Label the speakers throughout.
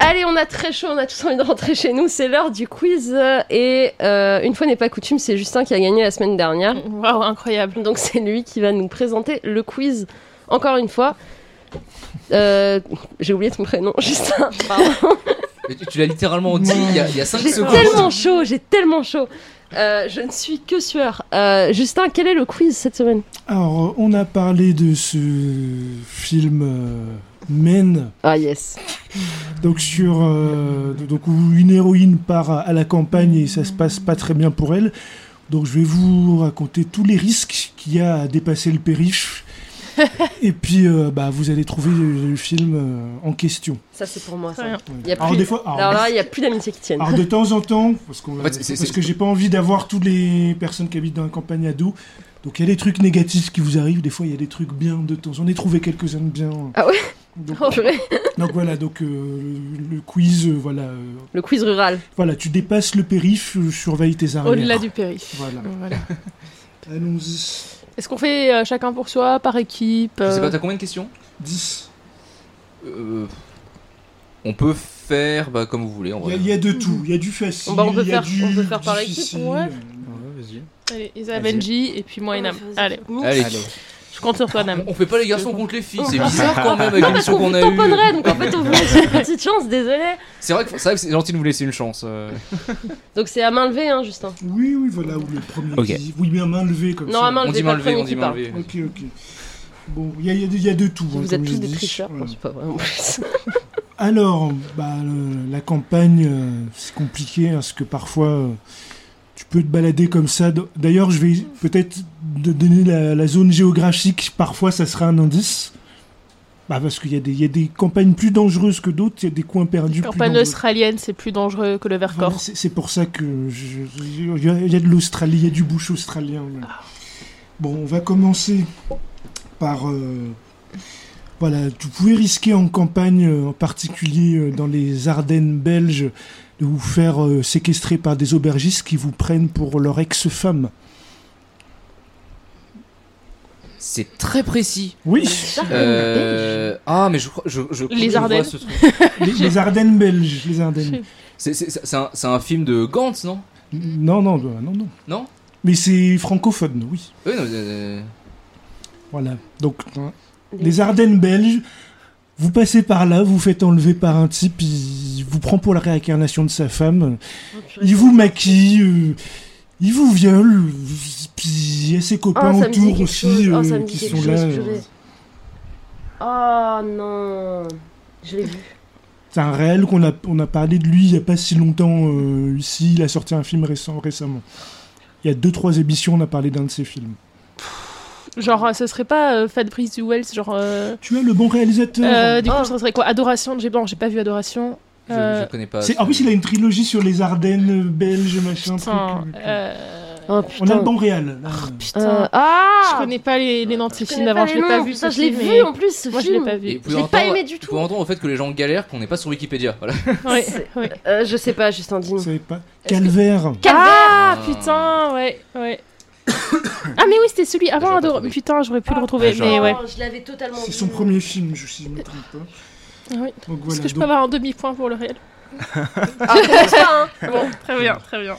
Speaker 1: Allez, on a très chaud, on a tous envie de rentrer chez nous. C'est l'heure du quiz. euh, Et euh, une fois n'est pas coutume, c'est Justin qui a gagné la semaine dernière.
Speaker 2: Waouh, incroyable.
Speaker 1: Donc c'est lui qui va nous présenter le quiz. Encore une fois. Euh, J'ai oublié ton prénom, Justin.
Speaker 3: Mais tu, tu l'as littéralement dit il y a, il y a 5
Speaker 1: J'ai
Speaker 3: secondes.
Speaker 1: tellement chaud, j'ai tellement chaud. Euh, je ne suis que sueur. Euh, Justin, quel est le quiz cette semaine
Speaker 4: Alors, euh, on a parlé de ce film euh, Men,
Speaker 1: Ah yes.
Speaker 4: donc sur euh, donc où une héroïne part à à la campagne et ça se passe pas très bien pour elle. Donc, je vais vous raconter tous les risques qu'il y a à dépasser le périph. et puis, euh, bah, vous allez trouver le, le film euh, en question.
Speaker 1: Ça c'est pour moi. Ça.
Speaker 2: Très bien.
Speaker 1: Il y a
Speaker 4: Alors,
Speaker 1: plus-
Speaker 4: des fois, alors,
Speaker 1: Alors là, il n'y a plus d'amitié qui tienne.
Speaker 4: alors, Ah, de temps en temps, parce, qu'on-
Speaker 3: En fait, c'est-
Speaker 4: parce
Speaker 3: c'est-
Speaker 4: que j'ai pas envie d'avoir toutes les personnes qui habitent dans la campagne à dos. Donc il y a des trucs négatifs qui vous arrivent, des fois il y a des trucs bien de temps. J'en ai trouvé quelques-uns de bien.
Speaker 1: Ah ouais
Speaker 4: Donc,
Speaker 1: Oh, purée.
Speaker 4: donc voilà, donc euh, le, le quiz, euh, voilà, euh,
Speaker 1: Le quiz rural.
Speaker 4: voilà, tu dépasses le périph, euh, surveille tes arrières.
Speaker 2: Au-delà du périph.
Speaker 4: Voilà.
Speaker 2: Voilà.
Speaker 4: Allons-y.
Speaker 2: Est-ce qu'on fait euh, chacun pour soi, par équipe
Speaker 3: Je sais pas,
Speaker 2: euh,
Speaker 3: t'as combien de questions
Speaker 4: 10.
Speaker 3: Euh, On peut faire bah, comme vous voulez en
Speaker 4: Il y,
Speaker 3: vrai.
Speaker 4: a- il y a de tout, il y a du facile,
Speaker 1: Bah, on peut
Speaker 4: il y a
Speaker 1: faire-
Speaker 4: du
Speaker 1: on peut faire par équipe,
Speaker 4: difficile.
Speaker 2: ouais.
Speaker 5: vas-y.
Speaker 2: Allez, Isa, Benji, et puis moi et Nam. Allez,
Speaker 3: Allez.
Speaker 2: je compte sur toi, Nam.
Speaker 3: On, on fait pas les garçons contre les filles,
Speaker 4: Oh.
Speaker 3: c'est bizarre quand même avec
Speaker 1: Parce
Speaker 3: l'émission
Speaker 1: qu'on
Speaker 3: qu'on
Speaker 1: vous
Speaker 3: a eue.
Speaker 1: tamponnerait, donc en fait on vous laisse une petite chance, désolé.
Speaker 3: C'est vrai que c'est vrai que c'est gentil de nous laisser une chance. euh.
Speaker 1: Donc c'est à main levée, hein, Justin.
Speaker 4: Oui, oui, voilà, ou le premier
Speaker 3: Ok.
Speaker 4: qui- Oui, bien main levée comme
Speaker 1: Non,
Speaker 4: ça.
Speaker 1: à main
Speaker 3: On dit
Speaker 1: levée, pas
Speaker 3: main
Speaker 1: le
Speaker 3: levée,
Speaker 1: premier
Speaker 3: on
Speaker 1: qui
Speaker 3: dit main
Speaker 1: parle.
Speaker 3: levée.
Speaker 4: Ok, ok. Bon, il y a, il y a- il y a de tout. hein,
Speaker 1: Vous
Speaker 4: comme
Speaker 1: êtes
Speaker 4: je
Speaker 1: tous des
Speaker 4: dis.
Speaker 1: tricheurs,
Speaker 4: Voilà.
Speaker 1: enfin, c'est pas vrai en plus.
Speaker 4: Alors, bah, le- la campagne, euh, c'est compliqué, hein, parce que parfois, euh, tu peux te balader comme ça. D'ailleurs, je vais peut-être de- donner la, la zone géographique, parfois ça sera un indice. Bah, parce qu'il y, a des- il y a des campagnes plus dangereuses que d'autres, il y a des coins perdus plus
Speaker 2: Campagne
Speaker 4: dangereux.
Speaker 2: australienne, c'est plus dangereux que le
Speaker 4: Voilà,
Speaker 2: Vercors.
Speaker 4: c'est c'est pour ça que je- je- il y, a- il y a de l'Australie, il y a du bush australien. là. Bon, on va commencer par euh, voilà, vous pouvez risquer en campagne, euh, en particulier euh, dans les Ardennes belges, de vous faire euh, séquestrer par des aubergistes qui vous prennent pour leur ex-femme.
Speaker 3: C'est très précis.
Speaker 4: Oui,
Speaker 1: Ah,
Speaker 3: Euh, Ah mais je crois, je, je crois
Speaker 2: Les
Speaker 3: que je vois
Speaker 2: Ardennes.
Speaker 3: ce truc.
Speaker 4: les, les Ardennes belges, les Ardennes.
Speaker 3: C'est- C'est c'est un, c'est un film de Gantz, non
Speaker 4: Non, non, bah, non, non.
Speaker 3: Non
Speaker 4: Mais c'est francophone, oui.
Speaker 3: Oui, non, euh,
Speaker 4: Voilà. Donc, Les Ardennes belges, vous passez par là, vous faites enlever par un type, il vous prend pour la réincarnation de sa femme, il vous maquille, euh, il vous viole, puis il y a ses copains
Speaker 1: Oh, ça me dit
Speaker 4: autour
Speaker 1: quelque
Speaker 4: aussi
Speaker 1: chose. Oh,
Speaker 4: euh,
Speaker 1: ça me dit
Speaker 4: qui
Speaker 1: quelque
Speaker 4: sont
Speaker 1: chose,
Speaker 4: là.
Speaker 1: purée. Oh non. Je l'ai vu.
Speaker 4: C'est un réel qu'on a, on a parlé de lui il n'y a pas si longtemps euh, ici, il a sorti un film récent, récemment. Il y a deux, trois émissions, on a parlé d'un de ses films.
Speaker 2: Genre, euh, ce serait pas euh, Fabrice du Wells, genre. euh,
Speaker 4: Tu as le bon réalisateur
Speaker 2: euh, du coup,
Speaker 1: Oh.
Speaker 2: ce serait quoi Adoration de- j'ai- Non, j'ai pas vu Adoration.
Speaker 3: je,
Speaker 2: Euh,
Speaker 3: je connais pas.
Speaker 4: C'est- En plus, il a une trilogie sur les Ardennes euh, belges, machin. truc,
Speaker 2: Putain.
Speaker 4: euh,
Speaker 2: euh,
Speaker 1: Oh
Speaker 4: On a
Speaker 1: putain.
Speaker 4: le bon réel. là.
Speaker 2: putain.
Speaker 1: Euh, ah
Speaker 2: Je connais pas les, les noms de ces
Speaker 1: Je connais
Speaker 2: films d'avant,
Speaker 1: pas
Speaker 2: je
Speaker 1: les
Speaker 2: l'ai pas
Speaker 1: noms.
Speaker 2: vu.
Speaker 1: Putain,
Speaker 2: ce
Speaker 1: je l'ai
Speaker 2: film,
Speaker 1: vu
Speaker 2: mais
Speaker 1: en plus ce
Speaker 2: Moi, je l'ai
Speaker 1: film.
Speaker 2: pas
Speaker 3: Et
Speaker 2: vu.
Speaker 3: vous
Speaker 1: Je l'ai
Speaker 3: entendre-
Speaker 1: pas aimé du
Speaker 3: vous
Speaker 1: tout.
Speaker 3: pouvez entendre en fait que les gens galèrent, qu'on n'est pas sur Wikipédia. Voilà.
Speaker 2: Ouais,
Speaker 1: C'est-
Speaker 2: ouais.
Speaker 1: Euh, je sais pas, Justin,
Speaker 4: Vous
Speaker 1: dis-nous.
Speaker 4: savez pas Calvaire.
Speaker 2: Ah
Speaker 3: Ah.
Speaker 2: putain, ouais, ouais. ah mais oui, c'était celui avant
Speaker 3: J'aurais pas
Speaker 2: Ador.
Speaker 3: trouvé.
Speaker 2: Putain, j'aurais pu le
Speaker 1: Ah,
Speaker 2: retrouver,
Speaker 3: j'aurais-
Speaker 2: mais ouais.
Speaker 1: Oh, Je l'avais totalement
Speaker 4: C'est
Speaker 1: vu.
Speaker 4: son premier film, je si je me trompe pas.
Speaker 2: oui.
Speaker 4: Donc
Speaker 2: Est-ce
Speaker 4: voilà.
Speaker 2: que je peux
Speaker 4: donc-
Speaker 2: avoir un demi-point pour le réel
Speaker 1: Ah, c'est ça, hein.
Speaker 2: Bon, très bien, très bien.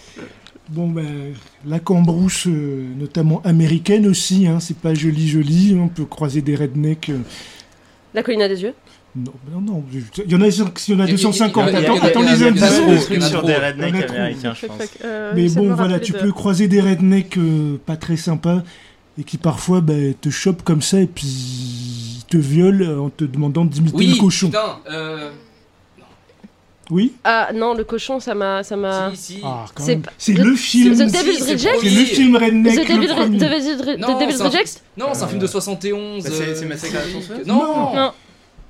Speaker 4: Bon ben la cambrousse, euh, notamment américaine aussi, hein, c'est pas joli joli. On peut croiser des rednecks. euh,
Speaker 1: La colline a des yeux.
Speaker 4: Non, non, non. Il y en a, il y en a
Speaker 3: Il y a-
Speaker 4: 250.
Speaker 3: il y a- il y a-
Speaker 4: Attends,
Speaker 3: il y a-
Speaker 4: attends
Speaker 3: il y a- il
Speaker 4: les
Speaker 3: y a- il y a- il y
Speaker 4: indices.
Speaker 3: a-
Speaker 5: des
Speaker 3: trop,
Speaker 5: trucs
Speaker 3: il y en a
Speaker 5: sur
Speaker 3: trop.
Speaker 5: des
Speaker 4: Il y en a
Speaker 5: rednecks
Speaker 4: trop.
Speaker 5: américains, je pense.
Speaker 2: euh,
Speaker 4: Mais bon voilà, tu peux croiser des rednecks euh, pas très sympas et qui parfois ben, te chopent comme ça et puis ils te violent en te demandant d'imiter
Speaker 3: Oui,
Speaker 4: le cochon.
Speaker 3: putain, euh,
Speaker 4: Oui.
Speaker 1: Ah non, le cochon, ça m'a, ça m'a.
Speaker 3: si, si.
Speaker 4: Ah, quand
Speaker 1: c'est
Speaker 4: même.
Speaker 1: pas-
Speaker 4: C'est
Speaker 1: The-
Speaker 4: le film.
Speaker 1: The
Speaker 4: C'est
Speaker 1: Devil
Speaker 3: Si, c'est
Speaker 1: Rejects
Speaker 3: pour-
Speaker 4: le film redneck.
Speaker 1: The
Speaker 4: le
Speaker 1: Devil, Re-
Speaker 4: premier.
Speaker 1: The Devil Re-
Speaker 3: Non,
Speaker 1: The Devil's
Speaker 3: c'est un-
Speaker 1: Rejects
Speaker 3: Non, c'est un film de 71.
Speaker 5: Bah, c'est- c'est
Speaker 3: euh,
Speaker 5: Massacre à la tronçonneuse
Speaker 3: Non,
Speaker 4: Non.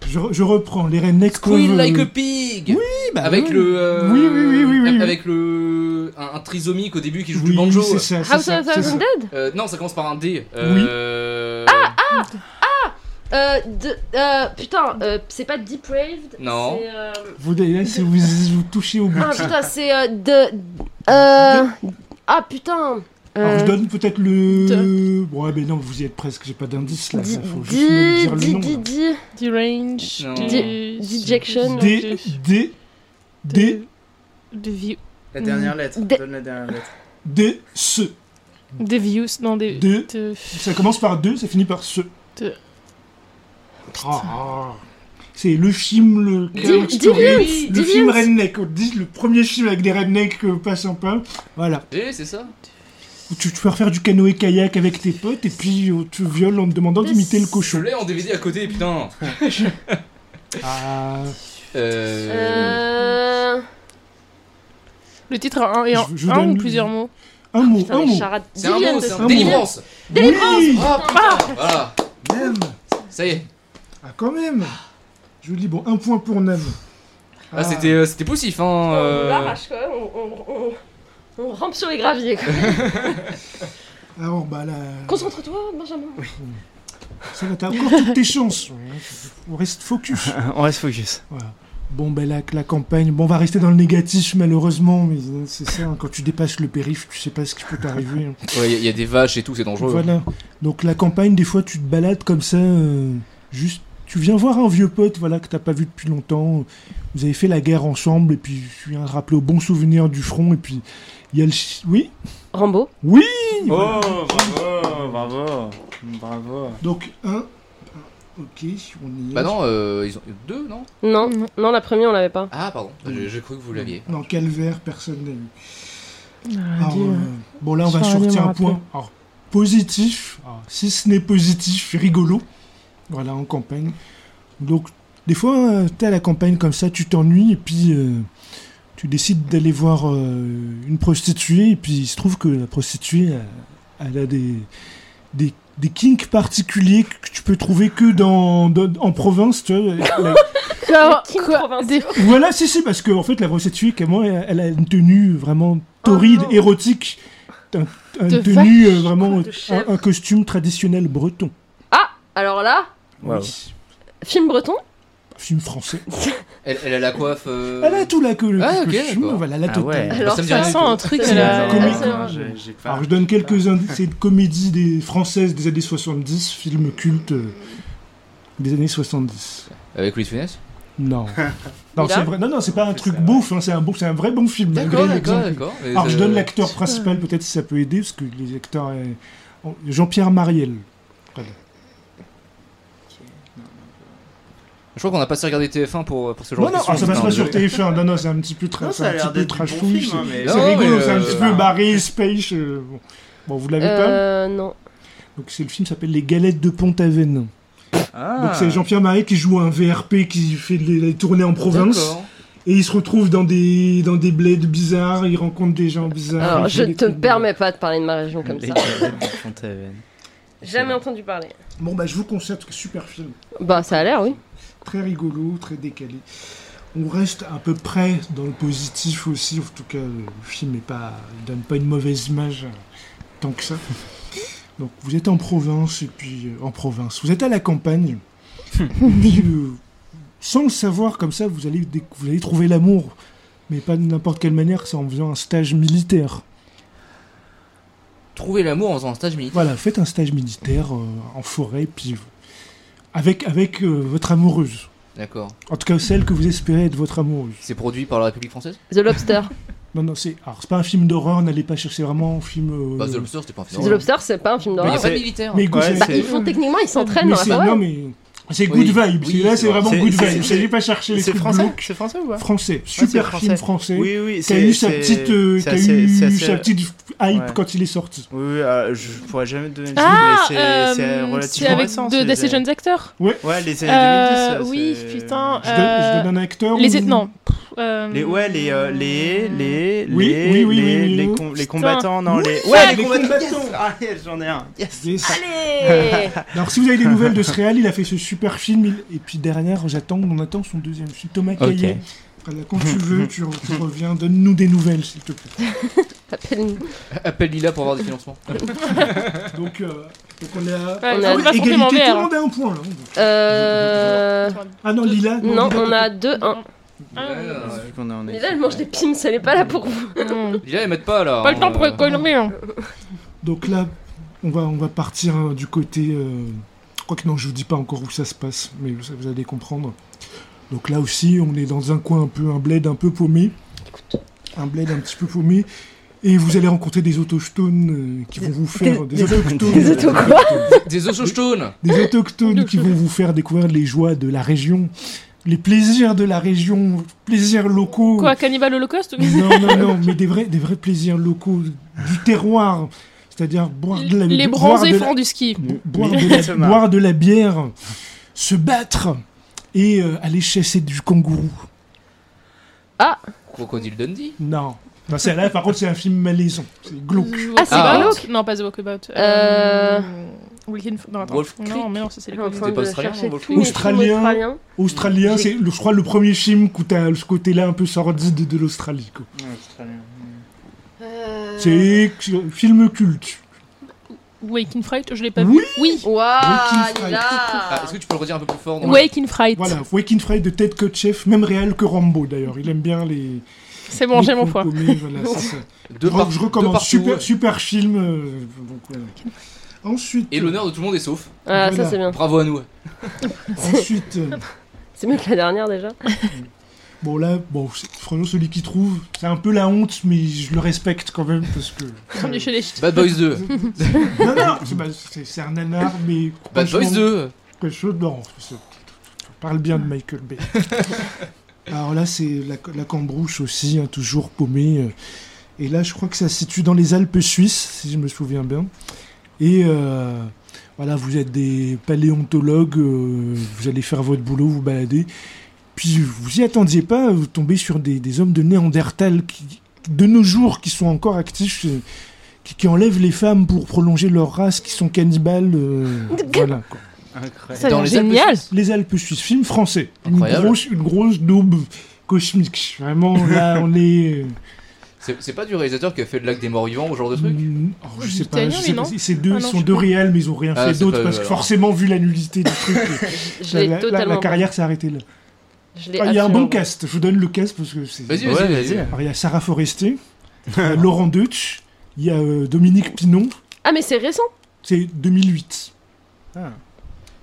Speaker 4: Je, je reprends les rednecks.
Speaker 3: Squeal
Speaker 4: peuvent,
Speaker 3: Like
Speaker 4: euh,
Speaker 3: a Pig.
Speaker 4: Oui, bah
Speaker 3: Avec
Speaker 4: oui.
Speaker 3: le. euh,
Speaker 4: Oui, oui, oui, oui, oui, oui.
Speaker 3: Avec le. Un, un trisomique au début qui joue
Speaker 4: Oui,
Speaker 3: du banjo.
Speaker 4: c'est ça, c'est
Speaker 1: House
Speaker 4: ça,
Speaker 1: of
Speaker 4: c'est ça.
Speaker 1: Thousand Dead
Speaker 3: Euh, non, ça commence par un D. Euh... Ah, ah
Speaker 1: euh, de- euh, Putain, euh, c'est pas Depraved
Speaker 3: Non.
Speaker 1: c'est, euh,
Speaker 4: Vous, là, si vous, vous touchez au bout.
Speaker 1: Ah putain, c'est euh, de. Euh... Ah putain
Speaker 4: Alors, je
Speaker 1: euh,
Speaker 4: donne peut-être le. Bon, ouais, mais non, vous y êtes presque, j'ai pas d'indice là.
Speaker 1: Di-
Speaker 4: ça, faut juste me
Speaker 1: Di-
Speaker 4: dire le
Speaker 1: Di-
Speaker 4: nom.
Speaker 1: Di-
Speaker 4: là.
Speaker 1: Di-
Speaker 2: Du range,
Speaker 3: Non.
Speaker 2: du...
Speaker 1: Dejection.
Speaker 4: D, D, D,
Speaker 2: Des vieux.
Speaker 5: La dernière lettre.
Speaker 1: Des-
Speaker 5: Donne la dernière lettre.
Speaker 4: D, ce.
Speaker 2: Des views. Non, des.
Speaker 4: Des-
Speaker 2: de-
Speaker 4: Ça commence par deux, ça finit par ce.
Speaker 2: Deux.
Speaker 4: Ah. C'est le chim, le
Speaker 1: Dis-
Speaker 4: Cœur Story,
Speaker 1: Dillions,
Speaker 4: le
Speaker 1: Dillions.
Speaker 4: film redneck. On dit le premier film avec des rednecks euh, pas sympas. Voilà.
Speaker 3: Eh, c'est ça
Speaker 4: Où Tu, tu peux refaire du canoë-kayak avec tes potes et puis euh, tu violes en te demandant
Speaker 1: Mais
Speaker 4: d'imiter le
Speaker 1: c'est-
Speaker 3: Je
Speaker 4: cochon.
Speaker 3: l'ai en DVD à côté, putain
Speaker 4: Ah.
Speaker 3: Euh...
Speaker 1: Euh...
Speaker 2: Le titre a un, et en-
Speaker 4: Je- je
Speaker 2: un
Speaker 4: donne-
Speaker 2: ou plusieurs mots.
Speaker 4: Un mot,
Speaker 1: Ah, Putain,
Speaker 4: un
Speaker 1: les
Speaker 4: mot.
Speaker 1: charades.
Speaker 3: C'est un mot, c'est
Speaker 1: Dillions,
Speaker 3: un
Speaker 4: mot.
Speaker 3: délivrance
Speaker 4: Oui
Speaker 3: Ah putain Voilà
Speaker 4: Nam.
Speaker 3: Ça y est
Speaker 4: Ah, quand même Je vous dis, bon, un point pour Nam.
Speaker 3: Ah, c'était euh, c'était poussif, hein euh.
Speaker 1: quoi. On, on, on, on rampe sur les graviers. quoi.
Speaker 4: Alors, bah là.
Speaker 1: Concentre-toi, Benjamin.
Speaker 4: Ça va, t'as encore toutes tes chances. On reste focus.
Speaker 5: On reste focus.
Speaker 4: Voilà. Bon, ben la, la campagne, bon, on va rester dans le négatif malheureusement, mais euh, c'est ça, hein, quand tu dépasses le périph', tu sais pas ce qui peut t'arriver. hein.
Speaker 3: Ouais, il y, a des vaches et tout, c'est dangereux.
Speaker 4: Voilà. Donc la campagne, des fois, tu te balades comme ça, euh, juste, tu viens voir un vieux pote, voilà, que t'as pas vu depuis longtemps. Vous avez fait la guerre ensemble, et puis tu viens rappeler au bon souvenir du front, et puis il y a le. chi- Oui
Speaker 1: Rambo.
Speaker 4: Oui voilà.
Speaker 5: Oh, bravo, bravo. Bravo.
Speaker 4: Donc, un. un, Ok, on y est.
Speaker 3: Bah non, euh, ils ont deux, non
Speaker 1: Non, non, la première on l'avait pas.
Speaker 3: Ah, pardon, j'ai j'ai cru que vous l'aviez.
Speaker 4: Non, calvaire, personne n'a eu.
Speaker 2: Ah,
Speaker 4: Alors,
Speaker 2: dis,
Speaker 4: euh,
Speaker 2: euh,
Speaker 4: bon, là, on
Speaker 2: je
Speaker 4: va
Speaker 2: saurais bien
Speaker 4: sortir
Speaker 2: me
Speaker 4: un point.
Speaker 2: rappeler.
Speaker 4: Alors, positif, alors, si ce n'est positif, rigolo. Voilà, en campagne. Donc, des fois, euh, t'es à la campagne comme ça, tu t'ennuies, et puis euh, tu décides d'aller voir euh, une prostituée, et puis il se trouve que la prostituée, euh, elle, elle a des, des, des kinks particuliers que tu peux trouver que dans, dans- en province, tu vois. La-
Speaker 2: Quoi,
Speaker 1: King
Speaker 2: quoi,
Speaker 1: provincial.
Speaker 2: des-
Speaker 4: Voilà, si, si, parce que en fait, la prostituée, comment elle, elle a une tenue vraiment torride,
Speaker 1: non.
Speaker 4: érotique. Un, un
Speaker 2: De
Speaker 4: tenue euh, vraiment,
Speaker 1: Quoi, de chèvre.
Speaker 4: un, un costume traditionnel breton.
Speaker 1: Alors là,
Speaker 5: Wow.
Speaker 4: Oui.
Speaker 1: film breton.
Speaker 4: Film français.
Speaker 5: Euh.
Speaker 3: Elle, elle a la coiffe. euh,
Speaker 4: Elle a tout là que le
Speaker 3: Ah, ok,
Speaker 4: costume,
Speaker 3: d'accord.
Speaker 4: voilà, la
Speaker 5: Ah
Speaker 4: totale.
Speaker 5: ouais.
Speaker 1: Alors
Speaker 3: ça me dit
Speaker 1: ça,
Speaker 3: rien du
Speaker 2: sent
Speaker 3: tout.
Speaker 4: hein.
Speaker 2: un truc
Speaker 1: C'est
Speaker 2: à
Speaker 1: la
Speaker 2: la.
Speaker 4: comédie.
Speaker 2: à la-
Speaker 5: hein, J'ai- j'ai pas-
Speaker 4: Alors je donne quelques indices. C'est une comédie des française des années 70, film culte euh, des années 70.
Speaker 3: Avec Louis de Funès
Speaker 4: Non. non,
Speaker 1: Là
Speaker 4: c'est vrai. Non, non, c'est pas un
Speaker 5: C'est
Speaker 4: truc
Speaker 5: vrai.
Speaker 4: beauf. hein, c'est un beau, c'est un vrai bon film.
Speaker 3: D'accord,
Speaker 4: malgré
Speaker 3: d'accord,
Speaker 4: l'exemple.
Speaker 3: d'accord. mais
Speaker 4: Alors je
Speaker 3: euh,
Speaker 4: donne l'acteur principal, peut-être si ça peut aider, parce que les acteurs. euh, ont- Jean-Pierre Mariel.
Speaker 3: Je crois qu'on a pas assez regardé TF1 pour, pour ce genre
Speaker 4: Non,
Speaker 3: de
Speaker 4: non, ah, ça
Speaker 3: questions,
Speaker 4: passe pas sur
Speaker 3: putain, désolé.
Speaker 4: TF1. Non, non, c'est un petit peu, tra
Speaker 5: Non,
Speaker 4: c'est
Speaker 5: ça
Speaker 4: un
Speaker 5: a
Speaker 4: petit
Speaker 5: l'air
Speaker 4: peu
Speaker 5: d'être
Speaker 4: trash
Speaker 5: trash bon
Speaker 4: fouille,
Speaker 5: film, hein,
Speaker 4: c'est-
Speaker 5: mais...
Speaker 3: Non,
Speaker 4: C'est rigolo,
Speaker 3: mais,
Speaker 4: c'est un
Speaker 3: euh,
Speaker 4: petit
Speaker 3: bah.
Speaker 4: peu barré, space. euh, bon. Bon, vous l'avez pas
Speaker 1: Euh, non.
Speaker 4: Donc, c'est le film s'appelle Les Galettes de Pont-Aven.
Speaker 5: Ah.
Speaker 4: Donc, c'est Jean-Pierre Mariel qui joue un VRP qui fait les, les tournées en province.
Speaker 3: D'accord.
Speaker 4: Et il se retrouve dans des, dans des bleds bizarres, il rencontre des gens bizarres.
Speaker 1: Alors
Speaker 4: il fait
Speaker 1: je
Speaker 4: des
Speaker 1: te
Speaker 4: trucs bizarres.
Speaker 1: permets pas de parler de ma région comme
Speaker 5: Les
Speaker 1: ça.
Speaker 5: galettes de Fontaine.
Speaker 1: Jamais entendu parler.
Speaker 4: Bon, bah, je vous conseille, parce que super film.
Speaker 1: Bah ça a l'air, oui.
Speaker 4: très rigolo, très décalé. On reste à peu près dans le positif aussi, en tout cas le film ne pas, il donne pas une mauvaise image euh, tant que ça. Donc vous êtes en province et puis euh, en province, vous êtes à la campagne. Puis, euh, sans le savoir comme ça, vous allez, déc- vous allez trouver l'amour, mais pas de n'importe quelle manière, c'est en faisant un stage militaire.
Speaker 3: Trouver l'amour en faisant un stage militaire.
Speaker 4: Voilà, faites un stage militaire euh, en forêt, puis euh, avec, avec euh, votre amoureuse.
Speaker 3: D'accord.
Speaker 4: En tout cas, celle que vous espérez être votre amoureuse.
Speaker 3: C'est produit par la République française
Speaker 1: The Lobster.
Speaker 4: Non, non, c'est. Alors, c'est pas un film d'horreur, n'allez pas chercher vraiment un film. euh,
Speaker 3: Bah, The Lobster, c'était pas un film.
Speaker 1: The Lobster, c'est pas un film
Speaker 3: Mais il y a
Speaker 1: d'horreur.
Speaker 3: pas de
Speaker 5: Ouais.
Speaker 3: militaire.
Speaker 4: Mais écoute,
Speaker 5: Ouais,
Speaker 4: c'est-
Speaker 1: Bah
Speaker 5: c'est-
Speaker 1: ils font techniquement, ils s'entraînent
Speaker 4: mais
Speaker 1: dans
Speaker 4: c'est-
Speaker 1: la
Speaker 4: non,
Speaker 1: forêt.
Speaker 4: mais. C'est
Speaker 3: Oui,
Speaker 4: good vibe.
Speaker 3: oui,
Speaker 4: c'est- là,
Speaker 3: c'est
Speaker 4: c'est
Speaker 3: vrai.
Speaker 4: vraiment
Speaker 5: C'est-
Speaker 4: good
Speaker 5: c'est-
Speaker 4: vibe.
Speaker 5: c'est-
Speaker 4: N'allez pas chercher les
Speaker 5: C'est
Speaker 4: trucs
Speaker 5: français
Speaker 4: glauques.
Speaker 5: C'est français ou pas
Speaker 4: Français. Super
Speaker 5: c'est
Speaker 4: film
Speaker 5: français.
Speaker 4: français.
Speaker 5: Oui, oui.
Speaker 4: T'as
Speaker 5: c'est-
Speaker 4: eu sa
Speaker 5: c'est-
Speaker 4: petite, euh,
Speaker 5: c'est
Speaker 4: t'as
Speaker 5: assez-
Speaker 4: eu
Speaker 5: c'est assez-
Speaker 4: sa petite hype
Speaker 5: Ouais.
Speaker 4: quand il est sorti.
Speaker 5: Oui, oui, euh, je pourrais jamais te donner le
Speaker 2: Ah,
Speaker 5: titre, mais c'est- c'est
Speaker 2: euh, c'est
Speaker 5: relativement
Speaker 2: avec
Speaker 5: récent,
Speaker 2: deux
Speaker 5: c'est
Speaker 2: d'assez
Speaker 5: les-
Speaker 2: jeunes acteurs.
Speaker 5: Ouais, les années
Speaker 2: Euh,
Speaker 5: 2010.
Speaker 2: oui,
Speaker 5: c'est-
Speaker 2: putain.
Speaker 4: Je, donne, je donne un acteur.
Speaker 2: Les
Speaker 4: ou-
Speaker 2: non. pff, euh,
Speaker 5: Les, ouais, les, euh, les, les,
Speaker 4: Oui,
Speaker 5: les,
Speaker 4: oui, oui,
Speaker 5: les,
Speaker 4: oui, oui,
Speaker 5: les,
Speaker 4: oui.
Speaker 5: com- les
Speaker 2: Putain.
Speaker 5: combattants, non,
Speaker 4: Oui,
Speaker 5: les... Ouais, les,
Speaker 4: les
Speaker 5: combattants,
Speaker 4: combattants.
Speaker 5: yes. Ah, yes, j'en ai un Yes
Speaker 4: Yes.
Speaker 1: Allez
Speaker 4: Alors, si vous avez des nouvelles de ce réal, il a fait ce super film. il- Et puis, dernière, j'attends, on attend son deuxième film. Thomas Caillet. Voilà, quand tu veux, tu, re- tu reviens. Donne-nous des nouvelles, s'il te plaît.
Speaker 1: Appelle-nous.
Speaker 3: Appelle Lila pour avoir des financements.
Speaker 4: Donc, euh, donc on est à
Speaker 2: Ouais,
Speaker 1: on a
Speaker 2: pas
Speaker 4: Ah égalité,
Speaker 2: forcément
Speaker 4: tout
Speaker 2: vert,
Speaker 4: le
Speaker 2: hein.
Speaker 4: monde a un point là.
Speaker 1: Euh...
Speaker 4: Ah non, Lila.
Speaker 1: Non,
Speaker 4: Lila,
Speaker 1: on a 2-1.
Speaker 2: Ah, oui.
Speaker 3: Lila,
Speaker 5: Vu qu'on est en
Speaker 1: Mais là,
Speaker 5: équipe,
Speaker 1: elle mange des pims, elle est pas là pour vous.
Speaker 2: Mm.
Speaker 3: Lila, elle m'aide pas là.
Speaker 2: Pas
Speaker 3: hein,
Speaker 2: le temps pour
Speaker 3: euh.
Speaker 2: économiser. hein.
Speaker 4: Donc là, on va, on va partir hein, du côté. euh, Quoique non, je vous dis pas encore où ça se passe, mais vous, vous allez comprendre. Donc là aussi, on est dans un coin un peu, un bled un peu paumé. Un bled un petit peu paumé. Et vous allez rencontrer des autochtones euh, qui vont vous faire des,
Speaker 1: des-
Speaker 4: autochtones,
Speaker 1: des auto- quoi
Speaker 3: Des autochtones
Speaker 4: des autochtones qui vont vous faire découvrir les joies de la région, les plaisirs de la région, plaisirs locaux.
Speaker 2: Quoi, Cannibal Holocaust ou-
Speaker 4: Non, non, non, mais des vrais, des vrais plaisirs locaux du terroir, c'est-à-dire boire de la
Speaker 2: Les
Speaker 4: boire
Speaker 2: bronzés
Speaker 4: de la-
Speaker 2: font du ski.
Speaker 4: bo- boire,
Speaker 5: Mais-
Speaker 4: de la,
Speaker 5: Ça marche.
Speaker 4: boire de la bière, se battre et euh, aller chasser du kangourou.
Speaker 3: Crocodile Dundee
Speaker 4: Non. Non, c'est là, par contre, c'est un film malaisant, c'est glauque.
Speaker 2: The
Speaker 1: Ah, c'est
Speaker 2: Walkabout
Speaker 1: glauque
Speaker 2: Non, pas The Walkabout.
Speaker 1: Euh,
Speaker 2: Weekend... Non, attends.
Speaker 3: Wolf
Speaker 2: non, mais non, ça c'est les
Speaker 1: Je suis en train
Speaker 2: Cockney.
Speaker 3: C'était pas
Speaker 1: de
Speaker 3: australien,
Speaker 1: chercher
Speaker 3: Wolf
Speaker 1: tous les
Speaker 4: Australien.
Speaker 1: films australiens.
Speaker 2: Mm.
Speaker 1: J'ai-
Speaker 4: Australien, c'est, le- je crois, le premier film où t'as ce côté-là un peu sordi de, de l'Australie. quoi.
Speaker 5: Ouais, c'est très bien.
Speaker 4: Euh,
Speaker 2: Euh.
Speaker 4: C'est un film culte.
Speaker 2: Wake in Fright, je l'ai pas
Speaker 4: Oui. Oh,
Speaker 2: vu. Oui.
Speaker 1: Waouh,
Speaker 4: Walking
Speaker 1: il est
Speaker 3: Ah,
Speaker 1: là
Speaker 3: Est-ce que tu peux le redire un peu plus fort dans
Speaker 2: Wake in Fright.
Speaker 4: Voilà, Waking Fright de Ted Kotcheff, même réel que Rambo d'ailleurs. Il aime bien les.
Speaker 2: C'est bon,
Speaker 4: les
Speaker 2: j'ai mon poids.
Speaker 4: compromis, voilà, c'est ça.
Speaker 3: deux
Speaker 4: je,
Speaker 3: par-
Speaker 4: je
Speaker 3: deux
Speaker 4: recommande.
Speaker 3: partout,
Speaker 4: super,
Speaker 3: ouais.
Speaker 4: super film. euh, donc, voilà. Ensuite,
Speaker 3: Et l'honneur de tout le monde est sauf.
Speaker 1: Ah, ça
Speaker 4: Voilà.
Speaker 1: c'est bien.
Speaker 3: Bravo à nous.
Speaker 4: ensuite euh,
Speaker 1: C'est mieux que la dernière déjà.
Speaker 4: bon là, bon, c'est- franchement, celui qui trouve, c'est un peu la honte, mais je le respecte quand même parce que.
Speaker 2: On est chez les ch'tis.
Speaker 3: Bad Boys 2.
Speaker 4: non, non, c'est, bah, c'est- c'est un nanar, mais.
Speaker 3: Bad Boys
Speaker 4: franchement,
Speaker 3: 2.
Speaker 4: Quelque chose, non, c'est- on parle bien de Michael Bay. Alors là, c'est la, la Cambrouche aussi, hein, toujours paumée. euh, Et là, je crois que ça se situe dans les Alpes suisses, si je me souviens bien. Et euh, voilà, vous êtes des paléontologues, euh, vous allez faire votre boulot, vous balader. Puis vous y attendiez pas, vous tombez sur des, des hommes de Néandertal qui, de nos jours, qui sont encore actifs, euh, qui, qui enlèvent les femmes pour prolonger leur race, qui sont cannibales. euh, voilà. quoi.
Speaker 5: Incroyable.
Speaker 2: Ça a
Speaker 3: Dans
Speaker 2: l'air
Speaker 3: les Alpes
Speaker 2: génial.
Speaker 4: Les Alpes suisses, film français. Une
Speaker 3: Incroyable.
Speaker 4: grosse, une grosse daube cosmique. Vraiment, là, on est.
Speaker 3: C'est c'est pas du réalisateur qui a fait le lac des morts vivants ou ce genre de truc
Speaker 4: Mm, oh, je sais pas.
Speaker 2: Italien,
Speaker 4: je
Speaker 2: mais
Speaker 4: sais pas.
Speaker 2: non.
Speaker 4: C'est- C'est deux,
Speaker 2: Ah non,
Speaker 4: ils
Speaker 2: je
Speaker 4: sont
Speaker 2: sais
Speaker 4: deux
Speaker 2: pas.
Speaker 4: réels, mais ils ont rien
Speaker 3: Ah,
Speaker 4: fait
Speaker 3: c'est
Speaker 4: d'autre
Speaker 3: pas-
Speaker 4: parce que
Speaker 3: alors.
Speaker 4: forcément, vu la nullité du truc,
Speaker 1: Je l'ai
Speaker 4: la, la- la- la
Speaker 1: totalement.
Speaker 4: carrière s'est arrêtée là.
Speaker 1: Je l'ai
Speaker 4: Ah, Il y a un
Speaker 1: absolument
Speaker 4: bon
Speaker 1: pas.
Speaker 4: cast. Je vous donne le cast parce que c'est.
Speaker 3: Vas-y,
Speaker 5: Ouais,
Speaker 3: vas-y,
Speaker 5: vas-y.
Speaker 3: vas-y.
Speaker 4: Alors, il y a Sarah Forestier, il y a Laurent Deutsch, il y a euh, Dominique Pinon.
Speaker 1: Ah, mais c'est récent
Speaker 4: C'est 2008.
Speaker 5: Ah.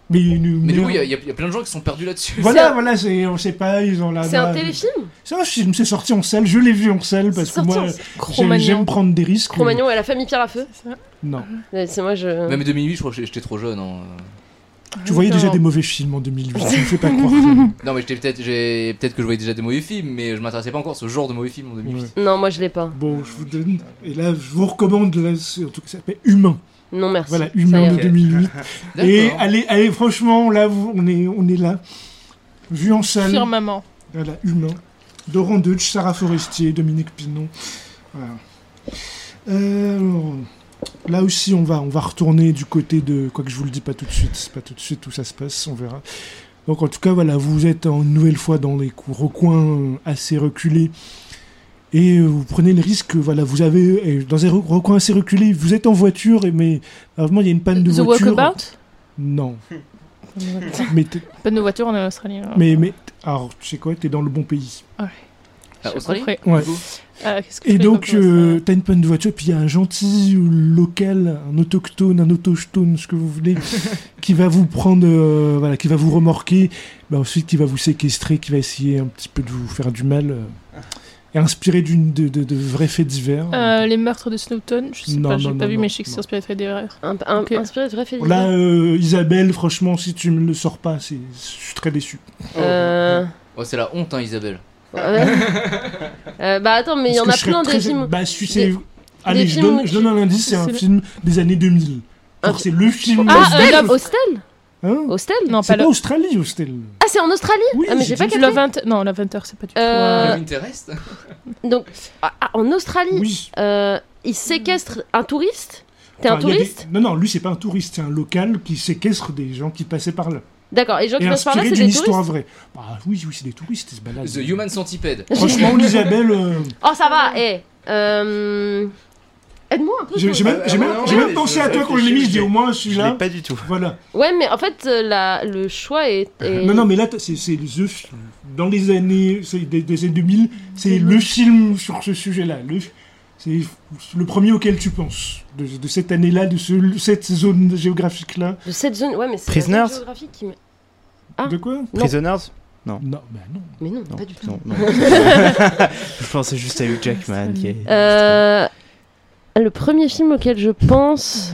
Speaker 4: Mais, une-
Speaker 3: Mais du
Speaker 4: mais-
Speaker 3: coup, il y, a- il y a il y a plein de gens qui sont perdus là-dessus.
Speaker 1: C'est
Speaker 4: Voilà,
Speaker 1: un-
Speaker 4: voilà, c'est, on sait pas, ils ont la.
Speaker 1: C'est un
Speaker 4: la-
Speaker 1: téléfilm
Speaker 4: Ça, je me suis sorti en salle, je l'ai vu en salle parce que
Speaker 1: Sorti
Speaker 4: moi,
Speaker 1: en-
Speaker 4: j'aime, j'aime
Speaker 2: Cro-Magnon.
Speaker 4: prendre des risques.
Speaker 1: Cro-Magnon et la famille Pierre à Feu.
Speaker 4: Non.
Speaker 1: Ouais, C'est moi, je.
Speaker 3: Même 2008, je crois que j'étais trop jeune. hein.
Speaker 4: Tu voyais déjà des mauvais films en 2008, ça me fait pas croire. vraiment.
Speaker 3: Non, mais j'étais peut-être, j'ai peut-être que je voyais déjà des mauvais films, mais je m'intéressais pas encore à ce genre de mauvais films en 2008.
Speaker 4: Ouais.
Speaker 1: Non, moi je l'ai pas.
Speaker 4: Bon, je vous donne. Et là, je vous recommande, là, c'est- en tout cas, ça s'appelle Humain.
Speaker 1: Non, merci.
Speaker 4: Voilà,
Speaker 1: Ça
Speaker 4: Humain
Speaker 1: ira.
Speaker 4: de 2008.
Speaker 3: D'accord.
Speaker 4: Et allez, allez, franchement, là, vous- on, est, on est là. Vu en salle.
Speaker 2: Firmament.
Speaker 4: Voilà, Humain. Doran Deutsch, Sarah Forestier, Dominique Pinon. Voilà. Euh, alors, là aussi, on va, on va retourner du côté de. Quoique je vous le dis pas tout de suite, c'est pas tout de suite où ça se passe, on verra. Donc en tout cas, voilà, vous êtes en- une nouvelle fois dans les cou- recoins euh, assez reculés. Et euh, vous prenez le risque, que, voilà, vous avez. euh, Dans un re- recoin assez reculé, vous êtes en voiture, et- mais. Vraiment, il y a une panne de
Speaker 2: The
Speaker 4: voiture.
Speaker 2: Walkabout
Speaker 4: Non. mais, t'es-
Speaker 2: Pas de voiture, on est en Australie. hein. alors.
Speaker 4: mais, mais. Alors, tu sais quoi, t'es dans le bon pays.
Speaker 3: Ah, Australie
Speaker 2: Après,
Speaker 4: Ouais.
Speaker 3: Du coup
Speaker 2: euh, qu'est-ce que je
Speaker 4: Et
Speaker 2: fais
Speaker 4: donc,
Speaker 2: comme
Speaker 4: euh, t'as une panne de voiture, puis il y a un gentil local, un autochtone, un autochtone, ce que vous voulez, qui va vous prendre, euh, voilà, qui va vous remorquer, bah, ensuite qui va vous séquestrer, qui va essayer un petit peu de vous faire du mal, euh, et inspiré d'une, de, de, de vrais faits divers.
Speaker 2: ça Euh, les meurtres de Snowton, je sais
Speaker 4: Non,
Speaker 2: pas,
Speaker 4: non,
Speaker 2: j'ai
Speaker 4: non,
Speaker 2: pas vu,
Speaker 4: non,
Speaker 2: mais je sais que c'est
Speaker 4: non.
Speaker 2: inspiré de Fred Derer.
Speaker 1: Un, un,
Speaker 2: Ok.
Speaker 1: Inspiré de vrai fait
Speaker 4: Là, euh, Isabelle, franchement, si tu me le sors pas, c'est, je suis très déçu.
Speaker 1: Euh,
Speaker 3: Oh, c'est la honte, hein, Isabelle.
Speaker 1: ouais. Euh, bah attends, mais il y en a
Speaker 4: Parce que je
Speaker 1: plein
Speaker 4: serais
Speaker 1: des
Speaker 4: très-
Speaker 1: films.
Speaker 4: Bah, si c'est-
Speaker 1: des-
Speaker 4: Allez,
Speaker 1: des
Speaker 4: je,
Speaker 1: films
Speaker 4: donne, je donne un indice, c'est un
Speaker 2: c'est le-
Speaker 4: film des années 2000.
Speaker 1: Un
Speaker 4: Alors, c'est le film.
Speaker 1: Ah,
Speaker 2: Hostel.
Speaker 1: euh, oh, Love- Hostel
Speaker 4: hein
Speaker 1: Hostel
Speaker 2: Non,
Speaker 4: c'est
Speaker 2: pas
Speaker 4: pas
Speaker 2: Love.
Speaker 4: Australie, Hostel.
Speaker 1: Ah, c'est en Australie
Speaker 4: Oui,
Speaker 1: Ah, mais j'ai
Speaker 4: c'est
Speaker 1: pas capté.
Speaker 2: Love Inter- Non, Love Hunter, c'est pas du tout.
Speaker 1: Euh,
Speaker 2: euh,
Speaker 3: Love Interest
Speaker 1: Donc, ah, ah, en Australie,
Speaker 4: Oui.
Speaker 1: euh, ils séquestrent un touriste T'es un
Speaker 4: Enfin, il y a des-
Speaker 1: touriste
Speaker 4: Non, non, lui, c'est pas un touriste, c'est un local qui séquestre des gens qui passaient par là.
Speaker 1: D'accord, et les gens
Speaker 4: Et
Speaker 1: qui passent par là,
Speaker 4: inspiré
Speaker 1: c'est
Speaker 4: d'une
Speaker 1: des
Speaker 4: histoire
Speaker 1: touristes
Speaker 4: vraie. Bah oui, oui, c'est des touristes, ils se baladent.
Speaker 3: The Human Centipede.
Speaker 4: Franchement, Isabelle, euh,
Speaker 1: Oh, ça va, eh euh, Aide-moi un peu.
Speaker 4: j'ai
Speaker 1: toi.
Speaker 4: j'ai même, j'ai
Speaker 5: Ah,
Speaker 4: même,
Speaker 5: non,
Speaker 4: j'ai
Speaker 5: non,
Speaker 4: même
Speaker 5: mais
Speaker 4: pensé
Speaker 5: je-
Speaker 4: à toi
Speaker 5: je
Speaker 4: quand je l'ai mis, je dis au moins
Speaker 5: Je l'ai
Speaker 4: celui-là.
Speaker 5: pas du tout.
Speaker 4: Voilà.
Speaker 1: Ouais, mais en fait, euh, la, le choix est. est-
Speaker 4: Non, non, mais là, t'as- c'est c'est le film. Dans les années, c'est des, des années 2000, c'est le film sur ce sujet-là. Le- C'est le premier auquel tu penses, de, de cette année-là, de ce- cette zone géographique-là.
Speaker 1: De cette zone. Ouais, mais c'est. la
Speaker 5: Prisoners
Speaker 1: zone géographique qui me- Ah.
Speaker 4: De quoi
Speaker 1: Non.
Speaker 5: Prisoners
Speaker 4: Non, bah non.
Speaker 1: Mais non,
Speaker 5: Non,
Speaker 1: pas du tout.
Speaker 5: non, non. je pensais juste à Hugh Jackman. Qui est...
Speaker 1: Euh, le premier film auquel je pense.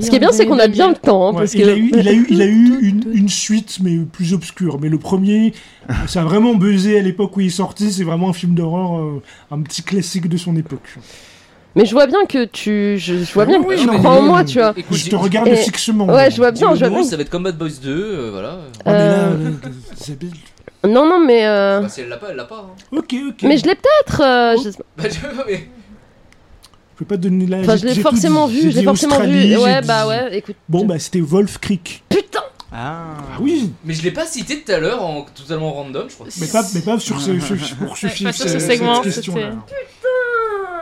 Speaker 1: Ce qui est bien, c'est qu'on a bien le temps. hein,
Speaker 4: Ouais,
Speaker 1: parce
Speaker 4: il,
Speaker 1: que...
Speaker 4: a eu, il a eu, il a eu une, une suite, mais plus obscure. Mais le premier, ça a vraiment buzzé à l'époque où il est sorti. C'est vraiment un film d'horreur, euh, un petit classique de son époque.
Speaker 1: Mais je vois bien que tu. Je, je vois bien que
Speaker 4: Oui,
Speaker 1: tu
Speaker 4: non,
Speaker 1: crois en
Speaker 4: mais-
Speaker 1: moi, tu vois.
Speaker 3: Écoute,
Speaker 4: Je
Speaker 3: dis-
Speaker 4: te regarde
Speaker 1: Et-
Speaker 4: fixement.
Speaker 1: Ouais, je vois bien,
Speaker 3: dis-le
Speaker 1: je vois
Speaker 3: nous,
Speaker 1: bien.
Speaker 3: ça va être comme Bad Boys 2, euh, voilà.
Speaker 4: Ah, mais là,
Speaker 1: Euh,
Speaker 4: là, là, Isabelle.
Speaker 1: Non, non, mais. euh,
Speaker 3: Bah, si elle l'a pas, elle l'a pas. hein.
Speaker 4: Ok, ok.
Speaker 1: Mais je l'ai peut-être. euh, je sais pas.
Speaker 3: Bah, tu vois, mais-
Speaker 4: Je peux pas te donner la.
Speaker 1: Enfin,
Speaker 4: j'ai-
Speaker 1: je l'ai
Speaker 4: j'ai tout
Speaker 1: forcément
Speaker 4: dit.
Speaker 1: vu.
Speaker 4: J'ai
Speaker 1: Je l'ai
Speaker 4: dit
Speaker 1: forcément
Speaker 4: Australie,
Speaker 1: vu.
Speaker 4: j'ai
Speaker 1: Ouais,
Speaker 4: dit-
Speaker 1: bah ouais, écoute.
Speaker 4: Bon, bah c'était Wolf Creek.
Speaker 1: Putain
Speaker 5: Ah.
Speaker 4: Ah oui,
Speaker 3: Mais je l'ai pas cité tout à l'heure en totalement random, je crois.
Speaker 4: mais pas, mais pas sur ce, ce- pour ce
Speaker 2: Ouais,
Speaker 4: film,
Speaker 2: pas sur ce
Speaker 4: cette-
Speaker 2: segment,
Speaker 4: cette question-là.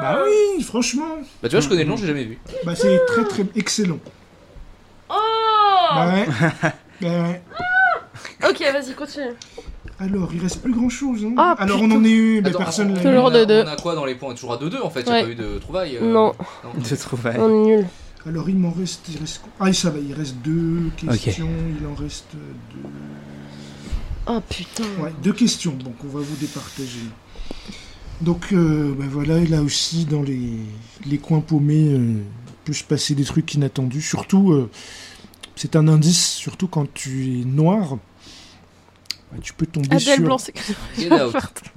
Speaker 4: Bah oui, franchement.
Speaker 3: Bah, tu vois, je connais le nom, j'ai jamais vu.
Speaker 4: Bah c'est très très excellent. Bah ouais. Bah ouais.
Speaker 1: Ok, vas-y, continue.
Speaker 4: Alors, il reste plus grand chose. Hein.
Speaker 1: Ah,
Speaker 4: Alors,
Speaker 1: putain.
Speaker 4: on en est eu, mais
Speaker 3: Attends,
Speaker 4: personne
Speaker 3: on-
Speaker 4: l'a
Speaker 2: Toujours
Speaker 3: on a-
Speaker 2: de deux.
Speaker 3: On a quoi dans les points Toujours à 2-2 en fait, y a
Speaker 2: Ouais.
Speaker 3: pas eu de trouvailles. euh,
Speaker 1: Non.
Speaker 5: De trouvailles.
Speaker 1: On est nul.
Speaker 4: Alors, il m'en reste, il reste. Ah, ça va, il reste deux questions. Il en reste deux.
Speaker 1: Oh putain.
Speaker 4: Ouais, deux questions, donc on va vous départager. Donc, euh, bah voilà, et là aussi, dans les, les coins paumés, euh, il peut se passer des trucs inattendus. Surtout, euh, c'est un indice, surtout quand tu es noir. bah, tu peux tomber
Speaker 2: Adèle
Speaker 4: sur
Speaker 2: Blanc, c'est que
Speaker 3: Get out.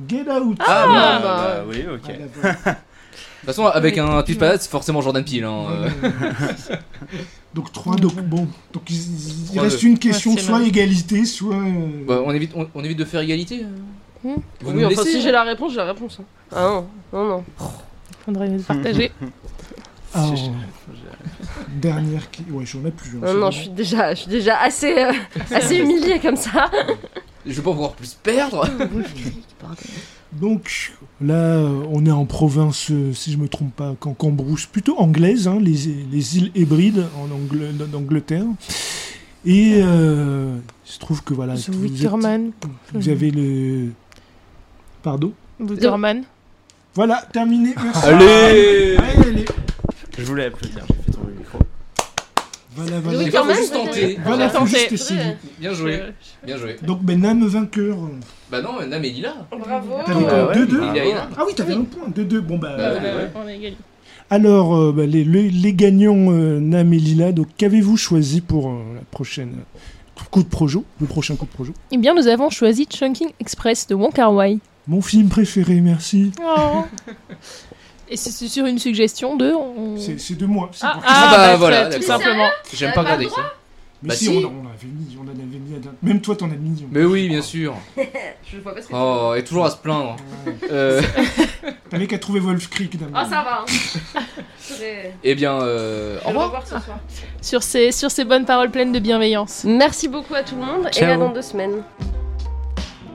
Speaker 4: Get Out.
Speaker 3: Ah, bah,
Speaker 1: bah.
Speaker 3: bah, oui.
Speaker 5: oui, ok.
Speaker 4: Ah, là, voilà.
Speaker 3: De toute façon, avec un tweet palette, c'est forcément Jordan Peele. Hein, euh.
Speaker 4: donc 3, donc bon. Donc il, il
Speaker 3: Trois,
Speaker 4: reste
Speaker 3: deux.
Speaker 4: une question,
Speaker 2: Ouais, c'est
Speaker 4: soit
Speaker 2: mal.
Speaker 4: égalité, soit. euh,
Speaker 3: Bah, on, évite, on, on évite de faire égalité. euh.
Speaker 2: Hmm.
Speaker 3: Vous
Speaker 1: Oui,
Speaker 3: nous
Speaker 1: enfin,
Speaker 3: laissez,
Speaker 1: si
Speaker 3: hein.
Speaker 1: j'ai la réponse, j'ai la réponse. hein. Ah non, non, non.
Speaker 2: faudrait nous partager.
Speaker 4: alors,
Speaker 3: j'ai-
Speaker 4: ah, euh, dernière. qui- Ouais, j'en ai plus. hein,
Speaker 1: Non,
Speaker 4: c'est
Speaker 1: Euh, non,
Speaker 4: bon.
Speaker 1: je suis déjà, je suis déjà assez, euh, assez humiliée comme ça.
Speaker 3: Je vais pas pouvoir plus perdre.
Speaker 4: Donc là, euh, on est en province, euh, si je me trompe pas, qu'en Cambrousse, plutôt anglaise, hein, les, les îles Hébrides en Angle- en Angleterre. Et euh, il se trouve que voilà,
Speaker 2: The
Speaker 4: vous, êtes-
Speaker 2: Wickerman.
Speaker 4: vous avez le. Pardon
Speaker 2: Wickerman.
Speaker 4: Voilà, terminé. Merci.
Speaker 5: Allez
Speaker 4: Allez, allez.
Speaker 5: Je voulais applaudir, j'ai fait tomber le micro.
Speaker 4: Voilà,
Speaker 1: Oui,
Speaker 4: voilà.
Speaker 3: J'ai
Speaker 1: quand
Speaker 3: pas
Speaker 1: même,
Speaker 3: juste
Speaker 1: vous
Speaker 3: tenté.
Speaker 4: Voilà, faut
Speaker 2: Attendez.
Speaker 4: juste essayer.
Speaker 3: Bien joué. Bien joué.
Speaker 4: Donc Benham vainqueur. euh,
Speaker 3: Bah non, Nam est là.
Speaker 1: Bravo.
Speaker 4: T'avais
Speaker 5: bah
Speaker 4: quoi
Speaker 5: ouais.
Speaker 4: 2-2
Speaker 5: Ah,
Speaker 3: Il est là.
Speaker 4: Ah oui, t'avais un point. 2-2. Bon bah.
Speaker 3: Bah ouais.
Speaker 2: On est égal.
Speaker 4: Alors, euh, bah, les, les- les gagnants euh, Nam et Lila, donc qu'avez-vous choisi pour euh, la prochaine euh, coup de projo Le prochain coup de projo
Speaker 2: Eh bien, nous avons choisi Chunking Express de Wong Kar Wai.
Speaker 4: Mon film préféré, merci. Oh.
Speaker 2: Et c'est sur une suggestion de. on-
Speaker 4: C'est c'est de moi. c'est
Speaker 2: Ah,
Speaker 4: pour-
Speaker 2: ah,
Speaker 3: bah,
Speaker 2: bah,
Speaker 3: voilà,
Speaker 2: très- tout
Speaker 3: d'accord.
Speaker 2: simplement.
Speaker 3: J'aime pas regarder ça.
Speaker 4: Mais
Speaker 3: bah
Speaker 4: si,
Speaker 3: si.
Speaker 4: On, on l'avait mis, on en avait mis. à d'un- Même toi, t'en as mis.
Speaker 3: Mais oui, bien sûr.
Speaker 1: Je vois pas ce que
Speaker 3: Oh, et toujours à se plaindre. Euh,
Speaker 4: T'avais qu'à trouver Wolf Creek. Nam.
Speaker 1: Ah, ça va. Hein. Je vais-
Speaker 3: eh bien, euh,
Speaker 1: je
Speaker 3: au
Speaker 1: vais le
Speaker 3: revoir.
Speaker 1: revoir ce soir.
Speaker 2: Sur ces, sur ces bonnes paroles pleines de bienveillance.
Speaker 1: Merci beaucoup à tout le monde et
Speaker 5: Ciao.
Speaker 1: à dans deux semaines.